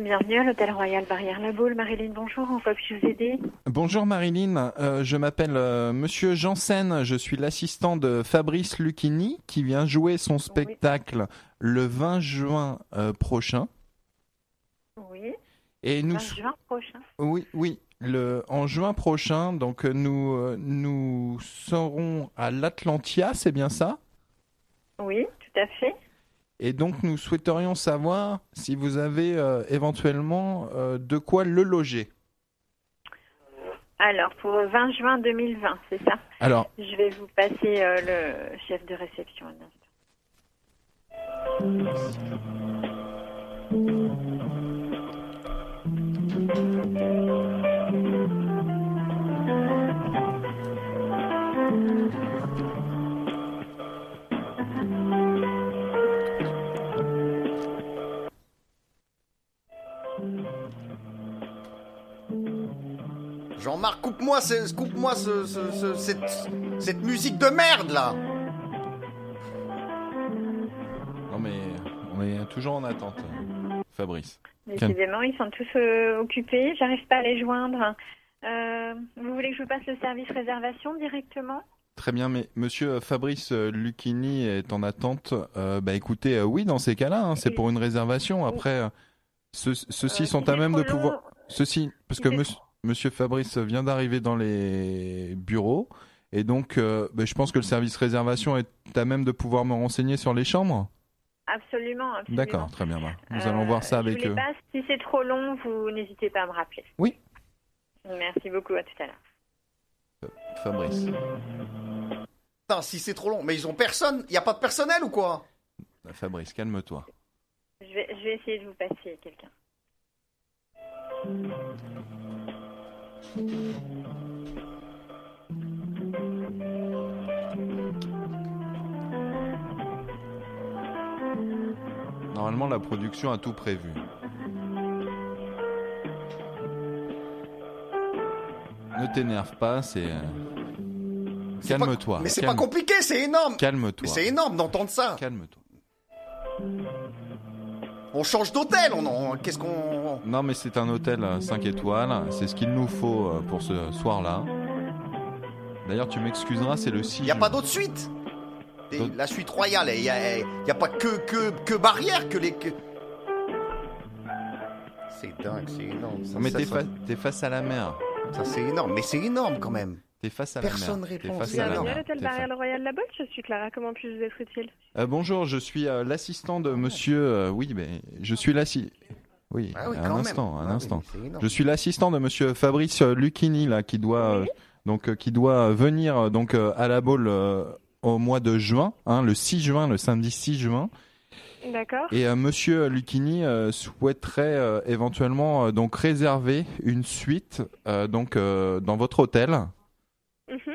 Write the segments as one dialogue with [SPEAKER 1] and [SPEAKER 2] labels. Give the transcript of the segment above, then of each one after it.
[SPEAKER 1] Bienvenue à l'hôtel Royal Barrière La Baule. Marilyn, bonjour, en quoi puis-je vous aider
[SPEAKER 2] Bonjour Marilyn, euh, je m'appelle euh, Monsieur Janssen, je suis l'assistant de Fabrice Lucchini qui vient jouer son spectacle le 20 juin euh, prochain.
[SPEAKER 1] Oui,
[SPEAKER 2] Et nous,
[SPEAKER 1] 20 juin prochain.
[SPEAKER 2] oui, oui, le, en juin prochain, donc euh, nous, euh, nous serons à l'Atlantia, c'est bien ça
[SPEAKER 1] Oui, tout à fait.
[SPEAKER 2] Et donc nous souhaiterions savoir si vous avez euh, éventuellement euh, de quoi le loger.
[SPEAKER 1] Alors, pour 20 juin 2020, c'est ça
[SPEAKER 2] Alors,
[SPEAKER 1] Je vais vous passer euh, le chef de réception un instant.
[SPEAKER 3] Jean-Marc, coupe-moi ce, coupe-moi ce- ce- ce- cette, cette musique de merde là.
[SPEAKER 2] non mais on est toujours en attente, euh, Fabrice.
[SPEAKER 1] Décidément, ils sont tous euh, occupés, j'arrive pas à les joindre. Euh, vous voulez que je vous passe le service réservation directement
[SPEAKER 2] Très bien, mais monsieur euh, Fabrice euh, Lucchini est en attente. Euh, bah écoutez, euh, oui, dans ces cas-là, hein, c'est
[SPEAKER 1] Oui.
[SPEAKER 2] pour une réservation. Après, euh, ceux- ceux-ci
[SPEAKER 1] Euh,
[SPEAKER 2] sont
[SPEAKER 1] si
[SPEAKER 2] à
[SPEAKER 1] c'est
[SPEAKER 2] même
[SPEAKER 1] trop
[SPEAKER 2] de pouvoir.
[SPEAKER 1] long,
[SPEAKER 2] Ceux-ci, parce
[SPEAKER 1] si
[SPEAKER 2] que
[SPEAKER 1] c'est
[SPEAKER 2] monsieur, monsieur Fabrice vient d'arriver dans les bureaux, et donc euh, bah, je pense que le service réservation est à même de pouvoir me renseigner sur les chambres.
[SPEAKER 1] Absolument, absolument.
[SPEAKER 2] D'accord, très bien. bah, nous
[SPEAKER 1] Euh,
[SPEAKER 2] allons voir ça
[SPEAKER 1] je
[SPEAKER 2] avec
[SPEAKER 1] vous les
[SPEAKER 2] eux.
[SPEAKER 1] passe. Si c'est trop long, vous n'hésitez pas à me rappeler.
[SPEAKER 2] Oui.
[SPEAKER 1] Merci beaucoup, à tout à l'heure.
[SPEAKER 2] Fabrice.
[SPEAKER 3] Putain, si c'est trop long, mais ils ont personne, y a pas de personnel ou quoi
[SPEAKER 2] Fabrice, calme-toi.
[SPEAKER 1] Je vais, je vais essayer de vous passer quelqu'un.
[SPEAKER 2] Normalement, la production a tout prévu. Ne t'énerve pas, c'est. euh,
[SPEAKER 3] C'est pas-
[SPEAKER 2] Calme-toi.
[SPEAKER 3] Mais c'est
[SPEAKER 2] calme-
[SPEAKER 3] pas compliqué, c'est énorme. Mais
[SPEAKER 2] Calme-toi.
[SPEAKER 3] c'est énorme d'entendre ça.
[SPEAKER 2] Calme-toi.
[SPEAKER 3] On change d'hôtel, on, en- qu'est-ce qu'on
[SPEAKER 2] Non, mais c'est un hôtel 5 étoiles. C'est ce qu'il nous faut euh, pour ce soir-là. D'ailleurs, tu m'excuseras, c'est le 6.
[SPEAKER 3] Y a
[SPEAKER 2] juin.
[SPEAKER 3] pas d'autre suite Et
[SPEAKER 2] D'autres-
[SPEAKER 3] La suite royale, et y a, y a pas que, que, que barrière, que les. que- C'est dingue, c'est énorme. Ça,
[SPEAKER 2] Non, mais
[SPEAKER 3] ça,
[SPEAKER 2] t'es
[SPEAKER 3] ça-
[SPEAKER 2] fa- t'es face à la mer.
[SPEAKER 3] ça, c'est énorme, mais c'est énorme quand même.
[SPEAKER 2] T'es face à
[SPEAKER 3] Personne
[SPEAKER 2] la mer. T'es
[SPEAKER 3] répond,
[SPEAKER 2] face
[SPEAKER 3] c'est
[SPEAKER 2] à la
[SPEAKER 3] énorme.
[SPEAKER 4] Bienvenue à
[SPEAKER 2] mer.
[SPEAKER 4] l'hôtel
[SPEAKER 2] T'es fa-
[SPEAKER 4] Barrière Le Royal La Bolle, je suis Clara, comment puis-je vous être utile
[SPEAKER 2] Euh, bonjour, je suis euh, l'assistant de monsieur. euh, oui, mais je suis l'assistant. Oui,
[SPEAKER 3] Ah oui,
[SPEAKER 2] un
[SPEAKER 3] quand même.
[SPEAKER 2] instant,
[SPEAKER 3] Ah
[SPEAKER 2] un
[SPEAKER 3] oui,
[SPEAKER 2] instant.
[SPEAKER 3] mais c'est énorme.
[SPEAKER 2] Je suis l'assistant de monsieur Fabrice euh, Lucchini là qui doit euh, donc euh, qui doit euh, venir euh, donc euh, à la Baule euh, au mois de juin, hein, le 6 juin, le samedi 6 juin
[SPEAKER 4] D'accord
[SPEAKER 2] et euh, monsieur euh, Lucchini euh, souhaiterait euh, éventuellement euh, donc réserver une suite euh, donc euh, dans votre hôtel
[SPEAKER 4] Mhm.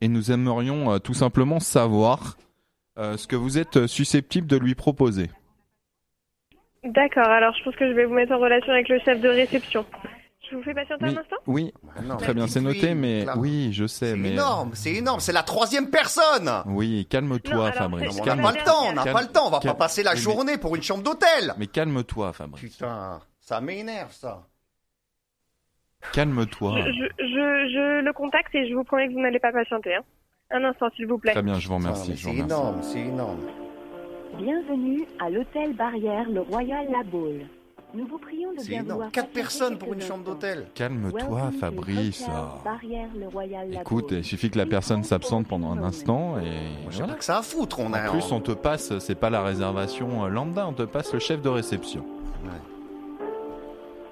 [SPEAKER 2] et nous aimerions euh, tout simplement savoir euh, ce que vous êtes euh, susceptible de lui proposer.
[SPEAKER 4] D'accord, alors je pense que je vais vous mettre en relation avec le chef de réception. Je vous fais patienter
[SPEAKER 2] Oui.
[SPEAKER 4] un instant
[SPEAKER 2] Oui,
[SPEAKER 3] Bah non,
[SPEAKER 2] très bien, c'est
[SPEAKER 3] dites-lui,
[SPEAKER 2] noté mais
[SPEAKER 3] Clara.
[SPEAKER 2] oui, je sais
[SPEAKER 3] C'est
[SPEAKER 2] mais euh,
[SPEAKER 3] énorme, c'est énorme, c'est la troisième personne
[SPEAKER 2] Oui,
[SPEAKER 4] Non,
[SPEAKER 2] calme-toi
[SPEAKER 4] alors,
[SPEAKER 2] Fabrice,
[SPEAKER 4] c'est-
[SPEAKER 3] On
[SPEAKER 4] Calme-
[SPEAKER 3] n'a pas le temps, on n'a
[SPEAKER 2] calme-
[SPEAKER 3] pas le temps, on va pas
[SPEAKER 2] calme-
[SPEAKER 3] passer la
[SPEAKER 2] Oui, mais-
[SPEAKER 3] journée pour une chambre d'hôtel
[SPEAKER 2] Mais calme-toi, Fabrice.
[SPEAKER 3] Putain, ça m'énerve ça
[SPEAKER 2] Calme-toi.
[SPEAKER 4] je, je, je- je le contacte et je vous promets que vous n'allez pas patienter. hein. Un instant, s'il vous plaît.
[SPEAKER 2] Très bien, je vous
[SPEAKER 3] Putain,
[SPEAKER 2] remercie.
[SPEAKER 3] mais
[SPEAKER 2] Je vous
[SPEAKER 3] C'est
[SPEAKER 2] remercie.
[SPEAKER 3] énorme, c'est énorme
[SPEAKER 5] Bienvenue à l'hôtel Barrière le Royal La Baule. Nous vous prions de
[SPEAKER 3] C'est
[SPEAKER 5] bien
[SPEAKER 3] énorme.
[SPEAKER 5] vouloir.
[SPEAKER 3] Quatre
[SPEAKER 5] patienter
[SPEAKER 3] personnes pour
[SPEAKER 5] quelques
[SPEAKER 3] une chambre
[SPEAKER 5] instants.
[SPEAKER 3] d'hôtel.
[SPEAKER 2] Calme-toi,
[SPEAKER 5] Welcome to
[SPEAKER 2] Fabrice. ah.
[SPEAKER 5] l'hôtel Barrière le Royal La
[SPEAKER 2] Écoute,
[SPEAKER 5] Baule.
[SPEAKER 2] il suffit que la personne s'absente pendant un instant et
[SPEAKER 3] Moi, J'ai
[SPEAKER 2] voilà.
[SPEAKER 3] pas que ça à foutre, on a.
[SPEAKER 2] En plus, on te passe, c'est pas la réservation euh, lambda, on te passe le chef de réception.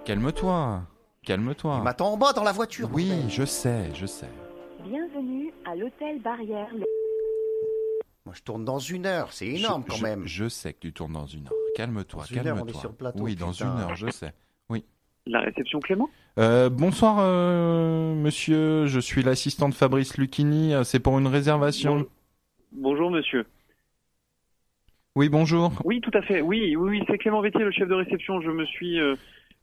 [SPEAKER 2] Calme-toi.
[SPEAKER 3] Il
[SPEAKER 2] Calme-toi.
[SPEAKER 3] m'attend en bas dans la voiture.
[SPEAKER 2] Ah. Oui,
[SPEAKER 3] bordel.
[SPEAKER 2] je sais, je sais.
[SPEAKER 5] Bienvenue à l'hôtel Barrière le
[SPEAKER 3] Moi, je tourne dans une heure, c'est énorme
[SPEAKER 2] Je-
[SPEAKER 3] quand
[SPEAKER 2] je-
[SPEAKER 3] même.
[SPEAKER 2] Je sais que tu tournes dans une heure. Calme-toi,
[SPEAKER 3] Dans une heure, on est
[SPEAKER 2] calme-toi.
[SPEAKER 3] sur le plateau,
[SPEAKER 2] Oui, dans
[SPEAKER 3] putain.
[SPEAKER 2] une heure, je sais.
[SPEAKER 6] La réception Clément
[SPEAKER 2] Euh, bonsoir, euh, monsieur. Je suis l'assistant de Fabrice Lucchini. euh, C'est pour une réservation.
[SPEAKER 6] Bon- Bonjour monsieur.
[SPEAKER 2] Oui, bonjour.
[SPEAKER 6] Oui, tout à fait. Oui, oui, oui, c'est Clément Vétier, le chef de réception. Je me suis, euh,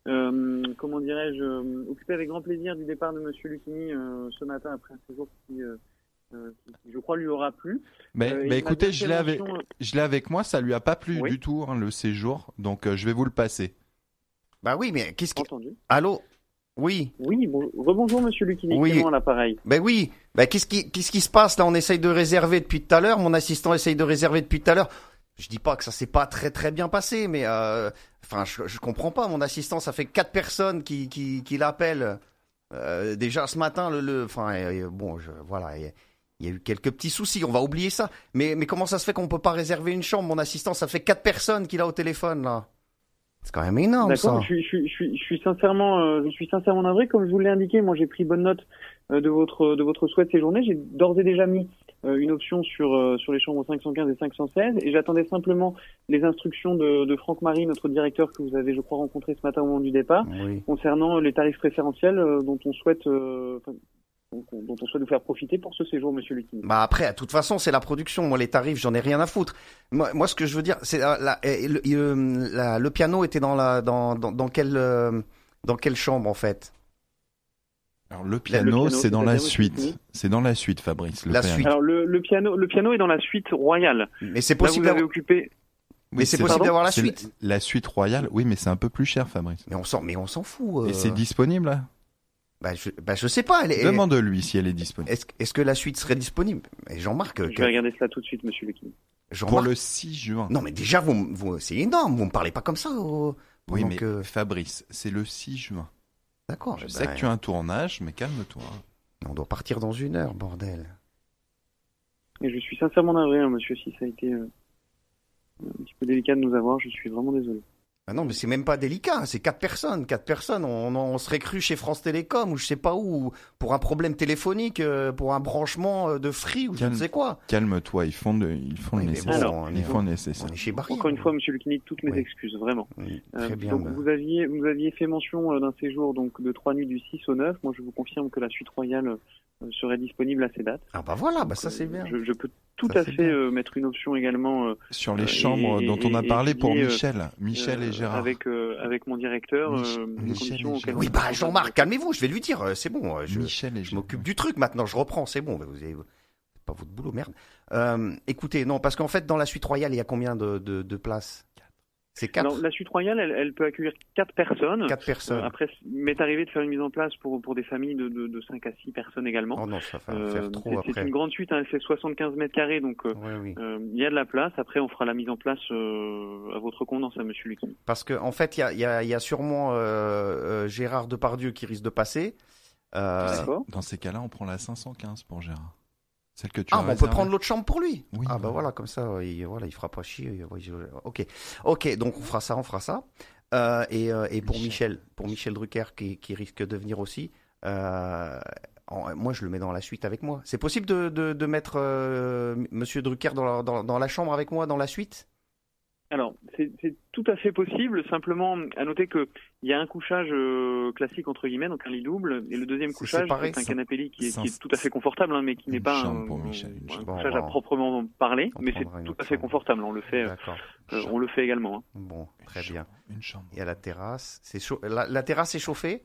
[SPEAKER 6] euh, comment dirais-je, euh, occupé avec grand plaisir du départ de monsieur Lucchini euh, ce matin après un séjour qui, euh, euh, qui- qui, je crois, lui aura plu.
[SPEAKER 2] Mais,
[SPEAKER 6] Euh,
[SPEAKER 2] mais
[SPEAKER 6] il m'a
[SPEAKER 2] écoutez,
[SPEAKER 6] bien
[SPEAKER 2] je
[SPEAKER 6] fait
[SPEAKER 2] l'ai avec,
[SPEAKER 6] mention, euh,
[SPEAKER 2] je l'ai avec moi, ça lui a pas plu
[SPEAKER 6] Oui.
[SPEAKER 2] du tout hein, le séjour, donc euh, je vais vous le passer.
[SPEAKER 3] Bah oui, mais qu'est-ce
[SPEAKER 2] Oh.
[SPEAKER 3] qui.
[SPEAKER 6] Entendu.
[SPEAKER 3] Allô Oui.
[SPEAKER 6] euh, Oui, bon, rebonjour Monsieur Lucini,
[SPEAKER 3] Oui.
[SPEAKER 6] Clément à l'appareil.
[SPEAKER 3] Ben oui. Ben qu'est-ce qui, qu'est-ce qui se passe là On essaye de réserver depuis tout à l'heure. Mon assistant essaye de réserver depuis tout à l'heure. Je dis pas que ça s'est pas très très bien passé, mais euh, enfin, je, je comprends pas. Mon assistant, ça fait quatre personnes qui qui, qui l'appellent. Euh, déjà ce matin, le, le enfin, euh, bon, je, voilà, il y a- il y a eu quelques petits soucis. On va oublier ça. Mais mais comment ça se fait qu'on peut pas réserver une chambre Mon assistant, ça fait quatre personnes qu'il a au téléphone là. C'est quand même énorme ça.
[SPEAKER 6] D'accord, je, suis- je, suis- je, suis- je suis sincèrement, euh, je suis sincèrement navré. Comme je vous l'ai indiqué, moi j'ai pris bonne note euh, de votre de votre souhait de séjourner. J'ai d'ores et déjà mis euh, une option sur euh, sur les chambres 515 et 516 et j'attendais simplement les instructions de, de Franck Marie, notre directeur que vous avez, je crois, rencontré ce matin au moment du départ,
[SPEAKER 3] Oui.
[SPEAKER 6] concernant les tarifs préférentiels euh, dont on souhaite euh, enfin, dont on- dont on souhaite vous faire profiter pour ce séjour, Monsieur Lucini.
[SPEAKER 3] Bah après, de toute façon, c'est la production. Moi, les tarifs, j'en ai rien à foutre. Moi, moi ce que je veux dire, c'est euh, la- euh, le, euh, la- le piano était dans la dans dans, dans quelle euh, dans quelle chambre en fait
[SPEAKER 2] Alors, le
[SPEAKER 6] Le
[SPEAKER 2] piano,
[SPEAKER 6] piano,
[SPEAKER 2] c'est dans la
[SPEAKER 6] c'est-à-dire, oui.
[SPEAKER 2] suite. C'est dans la suite, Fabrice. Le
[SPEAKER 3] La
[SPEAKER 2] piano.
[SPEAKER 3] suite.
[SPEAKER 6] Alors le, le piano, le piano est dans la suite royale.
[SPEAKER 3] Mais c'est
[SPEAKER 6] Là, vous
[SPEAKER 3] possible.
[SPEAKER 6] avez
[SPEAKER 3] d'avoir-
[SPEAKER 6] occupé.
[SPEAKER 3] Mais c'est possible
[SPEAKER 2] pardon
[SPEAKER 3] d'avoir la
[SPEAKER 2] C'est
[SPEAKER 3] suite.
[SPEAKER 2] La suite royale, oui, mais c'est un peu plus cher, Fabrice.
[SPEAKER 3] Mais on s'en mais on s'en fout. euh.
[SPEAKER 2] Et c'est disponible là
[SPEAKER 3] bah, je, bah je sais pas. elle est-
[SPEAKER 2] Demande-lui si elle est disponible.
[SPEAKER 3] Est-ce que- est-ce que la suite serait disponible Mais Jean-Marc, euh,
[SPEAKER 6] Je
[SPEAKER 3] que-
[SPEAKER 6] vais regarder cela tout de suite, Monsieur Lucini.
[SPEAKER 2] Pour
[SPEAKER 3] Jean-Marc.
[SPEAKER 2] le 6 juin.
[SPEAKER 3] Non mais déjà vous, m- vous c'est énorme. Vous me parlez pas comme ça. oh.
[SPEAKER 2] oui,
[SPEAKER 3] pendant
[SPEAKER 2] mais
[SPEAKER 3] que-
[SPEAKER 2] Fabrice, c'est le 6 juin.
[SPEAKER 3] D'accord.
[SPEAKER 2] Je
[SPEAKER 3] eh
[SPEAKER 2] sais
[SPEAKER 3] ben,
[SPEAKER 2] que tu as un tournage, mais calme-toi. hein.
[SPEAKER 3] On doit partir dans une heure, bordel.
[SPEAKER 6] Et je suis sincèrement navré, hein, monsieur, si ça a été euh, un petit peu délicat de nous avoir. Je suis vraiment désolé.
[SPEAKER 3] Ah non, mais c'est même pas délicat, hein, c'est quatre personnes, quatre personnes, on, on, on serait cru chez France Télécom ou je sais pas où, pour un problème téléphonique, euh, pour un branchement euh, de free ou je
[SPEAKER 2] Calme.
[SPEAKER 3] ne sais quoi.
[SPEAKER 2] Calme-toi, ils font le, ils font
[SPEAKER 3] Oui,
[SPEAKER 2] le
[SPEAKER 3] mais
[SPEAKER 2] nécessaire.
[SPEAKER 6] Alors,
[SPEAKER 3] on,
[SPEAKER 2] ils
[SPEAKER 3] est,
[SPEAKER 2] font le
[SPEAKER 3] on
[SPEAKER 2] nécessaire.
[SPEAKER 3] est chez Barry.
[SPEAKER 6] Encore une fois, monsieur Lucini, toutes mes
[SPEAKER 3] euh, Ouais.
[SPEAKER 6] excuses, vraiment.
[SPEAKER 3] Oui,
[SPEAKER 6] Euh,
[SPEAKER 3] Très bien.
[SPEAKER 6] donc,
[SPEAKER 3] bah.
[SPEAKER 6] vous aviez, vous aviez fait mention euh, d'un séjour donc de trois nuits du 6 au 9. Moi, je vous confirme que la suite royale euh, serait disponible à ces dates.
[SPEAKER 3] Ah bah voilà, bah ça
[SPEAKER 6] Euh,
[SPEAKER 3] c'est bien.
[SPEAKER 6] Je, je peux tout
[SPEAKER 3] Ça,
[SPEAKER 6] à
[SPEAKER 3] c'est
[SPEAKER 6] fait
[SPEAKER 3] bien.
[SPEAKER 6] euh, mettre une option également. euh,
[SPEAKER 2] Sur les
[SPEAKER 6] Euh,
[SPEAKER 2] chambres
[SPEAKER 6] et-
[SPEAKER 2] dont on a
[SPEAKER 6] et-
[SPEAKER 2] parlé
[SPEAKER 6] et
[SPEAKER 2] pour
[SPEAKER 6] puis, euh,
[SPEAKER 2] Michel, Michel
[SPEAKER 6] euh,
[SPEAKER 2] et Gérard.
[SPEAKER 6] Avec euh, avec mon directeur.
[SPEAKER 2] Mich-
[SPEAKER 6] euh, les
[SPEAKER 2] Michel
[SPEAKER 6] conditions
[SPEAKER 2] et
[SPEAKER 6] auxquelles-
[SPEAKER 2] Gérard.
[SPEAKER 3] Oui, bah Jean-Marc, calmez-vous, je vais lui dire, euh, c'est bon, euh, je,
[SPEAKER 2] Michel et
[SPEAKER 3] je
[SPEAKER 2] Gérard.
[SPEAKER 3] m'occupe du truc maintenant, je reprends, c'est bon, mais vous avez... c'est pas votre boulot, merde. Euh, écoutez, non, parce qu'en fait, dans la suite royale, il y a combien de, de, de places C'est quatre,
[SPEAKER 6] Non, la suite royale, elle, elle peut accueillir quatre personnes.
[SPEAKER 3] quatre personnes.
[SPEAKER 6] Euh, Après, il m'est arrivé de faire une mise en place pour, pour des familles de, de, 5 à 6 personnes également.
[SPEAKER 3] Oh non, ça va
[SPEAKER 6] Euh,
[SPEAKER 3] faire trop
[SPEAKER 6] c'est- c'est
[SPEAKER 3] après.
[SPEAKER 6] une grande suite, hein, elle fait 75 mètres carrés, donc euh,
[SPEAKER 3] Ouais, oui.
[SPEAKER 6] euh, il y a de la place. Après, on fera la mise en place euh, à votre convenance, à Monsieur Lucini.
[SPEAKER 3] Parce que en fait, il y a, il y a- il y a sûrement euh, euh, Gérard Depardieu qui risque de passer. Euh,
[SPEAKER 6] D'accord
[SPEAKER 2] Dans ces cas-là, on prend la 515 pour Gérard. Celle que tu
[SPEAKER 3] ah,
[SPEAKER 2] as
[SPEAKER 3] mais on peut
[SPEAKER 2] réservée.
[SPEAKER 3] prendre l'autre chambre pour lui.
[SPEAKER 2] Oui.
[SPEAKER 3] ah bah voilà, comme ça, euh, il, voilà, il fera pas chier. euh, ouais, je- Ok, ok, donc on fera ça, on fera ça. Euh, et, euh, et pour Michel.
[SPEAKER 2] Michel.
[SPEAKER 3] pour Michel Drucker qui, qui risque de venir aussi. euh, en- moi, je le mets dans la suite avec moi. C'est possible de, de, de mettre euh, Monsieur Drucker dans la, dans- dans la chambre avec moi dans la suite
[SPEAKER 6] Alors, c'est c'est tout à fait possible. Simplement, à noter que il y a un couchage euh, classique entre guillemets, donc un lit double, et le deuxième
[SPEAKER 3] C'est
[SPEAKER 6] couchage,
[SPEAKER 3] séparé,
[SPEAKER 6] c'est un
[SPEAKER 3] ça.
[SPEAKER 6] canapé lit qui est,
[SPEAKER 2] Ça-
[SPEAKER 6] qui est tout à fait confortable, hein, mais qui
[SPEAKER 2] Une
[SPEAKER 6] n'est pas
[SPEAKER 2] chambre
[SPEAKER 6] un,
[SPEAKER 2] pour Michel, une
[SPEAKER 6] un
[SPEAKER 2] chambre.
[SPEAKER 3] Bon,
[SPEAKER 6] couchage à
[SPEAKER 3] on-
[SPEAKER 6] proprement parler,
[SPEAKER 3] on
[SPEAKER 6] mais c'est
[SPEAKER 3] prendra une
[SPEAKER 6] tout
[SPEAKER 3] autre
[SPEAKER 6] à fait
[SPEAKER 3] chambre.
[SPEAKER 6] confortable. On le fait, euh,
[SPEAKER 3] D'accord.
[SPEAKER 6] on le fait également. hein.
[SPEAKER 3] Bon,
[SPEAKER 2] Une
[SPEAKER 3] très
[SPEAKER 2] chambre,
[SPEAKER 3] bien.
[SPEAKER 2] Une chambre.
[SPEAKER 3] Il y a la terrasse. C'est chaud. La, la terrasse est chauffée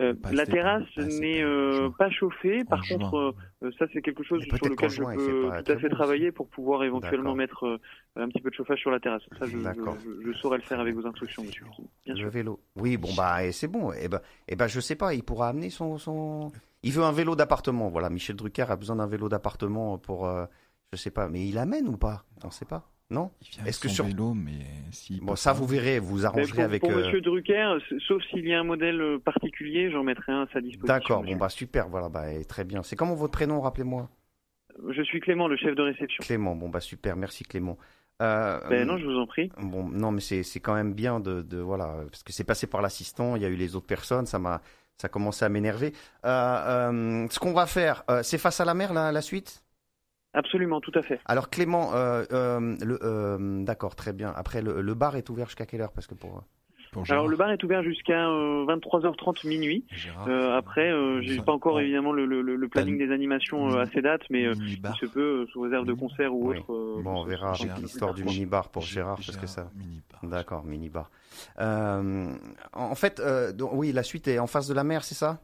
[SPEAKER 6] Euh,
[SPEAKER 3] Bah,
[SPEAKER 2] Pas
[SPEAKER 6] la
[SPEAKER 2] assez
[SPEAKER 6] terrasse
[SPEAKER 2] pas assez
[SPEAKER 6] n'est
[SPEAKER 2] tard, en
[SPEAKER 6] euh,
[SPEAKER 2] juin.
[SPEAKER 6] pas chauffée. Par
[SPEAKER 2] En juin.
[SPEAKER 6] contre, euh, euh, ça c'est quelque chose
[SPEAKER 3] Mais peut-être
[SPEAKER 6] sur
[SPEAKER 3] qu'en
[SPEAKER 6] lequel je
[SPEAKER 3] juin, il fait
[SPEAKER 6] peux
[SPEAKER 3] pas
[SPEAKER 6] tout à
[SPEAKER 3] très
[SPEAKER 6] fait
[SPEAKER 3] beau
[SPEAKER 6] travailler pour pouvoir
[SPEAKER 3] D'accord.
[SPEAKER 6] éventuellement mettre euh, un petit peu de chauffage sur la terrasse. Ça, je, je-
[SPEAKER 3] D'accord.
[SPEAKER 6] je- je saurais le faire avec vos instructions, monsieur. Lequin. Bien
[SPEAKER 3] Le
[SPEAKER 6] sûr.
[SPEAKER 3] vélo. Oui, bon bah et c'est bon. Et ben, et ben je sais pas. Il pourra amener son son. Il veut un vélo d'appartement. Voilà, Michel Drucker a besoin d'un vélo d'appartement pour. euh, je sais pas, mais il amène ou pas On sait pas. Non.
[SPEAKER 2] Il vient avec
[SPEAKER 3] Est-ce que
[SPEAKER 2] son
[SPEAKER 3] sur-
[SPEAKER 2] vélo, mais si.
[SPEAKER 3] Bon, ça vous verrez, vous
[SPEAKER 6] Mais
[SPEAKER 3] arrangerez
[SPEAKER 6] pour,
[SPEAKER 3] avec.
[SPEAKER 6] pour
[SPEAKER 3] euh,
[SPEAKER 6] Monsieur Drucker, s- sauf s'il y a un modèle euh, particulier, j'en mettrai un à sa disposition.
[SPEAKER 3] D'accord. Bon
[SPEAKER 6] monsieur.
[SPEAKER 3] bah super. Voilà, bah et très bien. C'est comment votre prénom Rappelez-moi. bah.
[SPEAKER 6] Je suis Clément, le chef de réception.
[SPEAKER 3] Clément. Bon bah super. Merci Clément. Euh,
[SPEAKER 6] Ben non, je vous en prie.
[SPEAKER 3] Bon, non, mais c'est c'est quand même bien de, de voilà, parce que c'est passé par l'assistant, il y a eu les autres personnes, ça m'a, ça commençait à m'énerver. Euh, euh, ce qu'on va faire, euh, c'est face à la mer la, la suite.
[SPEAKER 6] Absolument, tout à fait.
[SPEAKER 3] Alors Clément, euh, euh, le, euh, d'accord, très bien. Après, le, le bar est ouvert jusqu'à quelle heure Parce que pour
[SPEAKER 2] Pour Gérard.
[SPEAKER 6] Alors le bar est ouvert jusqu'à euh, 23h30 minuit.
[SPEAKER 3] Ah,
[SPEAKER 2] Gérard.
[SPEAKER 6] Euh, après, euh, j'ai
[SPEAKER 2] Enfin,
[SPEAKER 6] pas encore
[SPEAKER 2] en-
[SPEAKER 6] évidemment le, le, le- le
[SPEAKER 3] Ben,
[SPEAKER 6] planning des animations euh, à ces dates, mais euh, il
[SPEAKER 2] Minibar.
[SPEAKER 6] se peut, euh, sous réserve de
[SPEAKER 2] Minibar.
[SPEAKER 6] concerts ou
[SPEAKER 3] Oui.
[SPEAKER 6] autre. euh,
[SPEAKER 3] bon, on
[SPEAKER 6] ce-
[SPEAKER 3] verra
[SPEAKER 6] ce-
[SPEAKER 3] avec
[SPEAKER 2] Gérard.
[SPEAKER 3] l'histoire du
[SPEAKER 2] Franchement,
[SPEAKER 3] mini bar pour
[SPEAKER 2] Gé-
[SPEAKER 3] Gérard, parce que ça.
[SPEAKER 2] Minibar.
[SPEAKER 3] D'accord, mini bar. Euh, en fait, euh, donc, oui, la suite est en face de la mer, c'est ça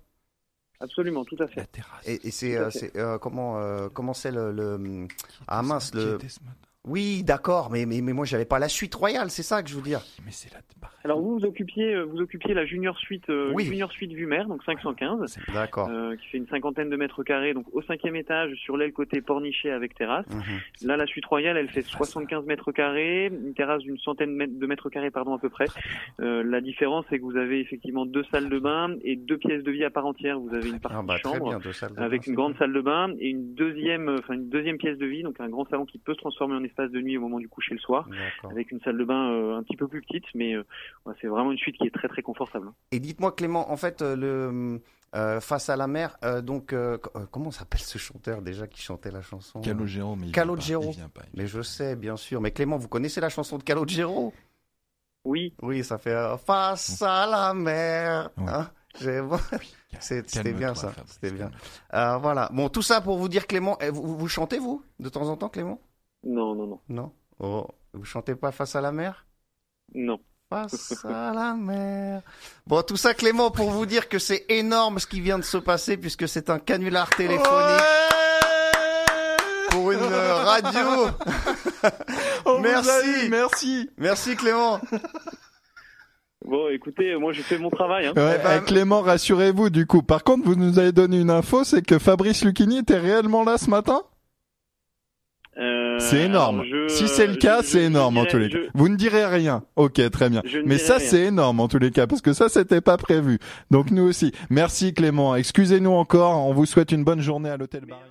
[SPEAKER 6] Absolument, tout à fait.
[SPEAKER 2] La terrasse.
[SPEAKER 3] Et, et c'est
[SPEAKER 6] Tout à
[SPEAKER 3] euh,
[SPEAKER 6] fait.
[SPEAKER 3] c'est, euh, comment euh, comment c'est le, le-
[SPEAKER 2] Qui était
[SPEAKER 3] ah,
[SPEAKER 2] ce-
[SPEAKER 3] mince,
[SPEAKER 2] qui
[SPEAKER 3] le-
[SPEAKER 2] était ce matin
[SPEAKER 3] Oui, d'accord, mais, mais, mais moi j'avais pas la suite royale, c'est ça que je veux dire.
[SPEAKER 2] Mais c'est là de barrette.
[SPEAKER 6] Alors vous vous occupiez euh, vous occupiez la junior suite euh,
[SPEAKER 3] Oui. Ah.
[SPEAKER 6] junior suite vue mer donc 515
[SPEAKER 3] D'accord.
[SPEAKER 6] euh, qui fait une cinquantaine de mètres carrés donc au cinquième étage sur l'aile côté porniché avec terrasse.
[SPEAKER 3] Mhm.
[SPEAKER 6] Là la suite royale elle fait 75 mètres carrés une terrasse d'une centaine de mètres- de mètres carrés pardon à peu près. Euh, la différence c'est que vous avez effectivement deux salles de bain et deux pièces de vie à part entière. Vous avez une partie
[SPEAKER 3] Ah bah très
[SPEAKER 6] chambre
[SPEAKER 3] bien, deux salles de
[SPEAKER 6] avec
[SPEAKER 3] bain,
[SPEAKER 6] une grande salle de bain et une deuxième, euh, enfin une deuxième pièce de vie, donc un grand salon qui peut se transformer en espace de nuit au moment du coucher le soir,
[SPEAKER 3] D'accord.
[SPEAKER 6] avec une salle de bain euh, un petit peu plus petite, mais euh, ouais, c'est vraiment une suite qui est très très confortable. hein.
[SPEAKER 3] Et dites-moi Clément, en fait, euh, le euh, face à la mer, euh, donc euh, co- euh, comment s'appelle ce chanteur déjà qui chantait la chanson
[SPEAKER 2] Calogero, mais il vient
[SPEAKER 3] Calogero.
[SPEAKER 2] pas, il vient pas.
[SPEAKER 3] Mais je sais bien sûr, mais Clément, vous connaissez la chanson de Calogero
[SPEAKER 6] Oui,
[SPEAKER 3] Oui, ça fait euh, face à la mer.
[SPEAKER 2] Ouais.
[SPEAKER 3] hein. J'ai- C'est- c'était
[SPEAKER 2] Calme-toi,
[SPEAKER 3] bien ça,
[SPEAKER 2] Fabrice,
[SPEAKER 3] c'était bien.
[SPEAKER 2] calme-toi.
[SPEAKER 3] Euh, voilà. Bon, tout ça pour vous dire Clément, eh, vous, vous chantez vous de temps en temps Clément
[SPEAKER 6] non, non, non,
[SPEAKER 3] Non. Oh, vous chantez pas face à la mer
[SPEAKER 6] non.
[SPEAKER 3] Face à la mer. Bon, tout ça, Clément, pour vous dire que c'est énorme ce qui vient de se passer, puisque c'est un canular téléphonique pour une euh, radio.
[SPEAKER 2] On vous a
[SPEAKER 3] Merci.
[SPEAKER 2] eu, merci.
[SPEAKER 3] Merci, Clément.
[SPEAKER 6] Bon, écoutez, moi j'ai fait mon travail. Hein.
[SPEAKER 2] Ouais,
[SPEAKER 3] Eh ben-
[SPEAKER 2] euh, Clément, rassurez-vous du coup. Par contre, vous nous avez donné une info, c'est que Fabrice Lucchini était réellement là ce matin
[SPEAKER 6] Euh,
[SPEAKER 2] C'est énorme.
[SPEAKER 6] alors, je-
[SPEAKER 2] si c'est le
[SPEAKER 6] je-
[SPEAKER 2] cas,
[SPEAKER 6] je-
[SPEAKER 2] c'est
[SPEAKER 6] je
[SPEAKER 2] énorme en
[SPEAKER 6] dirais-
[SPEAKER 2] tous les cas.
[SPEAKER 6] je-
[SPEAKER 2] Vous ne direz rien. Ok, très bien.
[SPEAKER 6] Je ne
[SPEAKER 2] Mais
[SPEAKER 6] dirai
[SPEAKER 2] ça,
[SPEAKER 6] rien.
[SPEAKER 2] c'est énorme en tous les cas, parce que ça, c'était pas prévu. Donc nous aussi. Merci Clément. Excusez-nous encore. On vous souhaite une bonne journée à l'hôtel Barrière.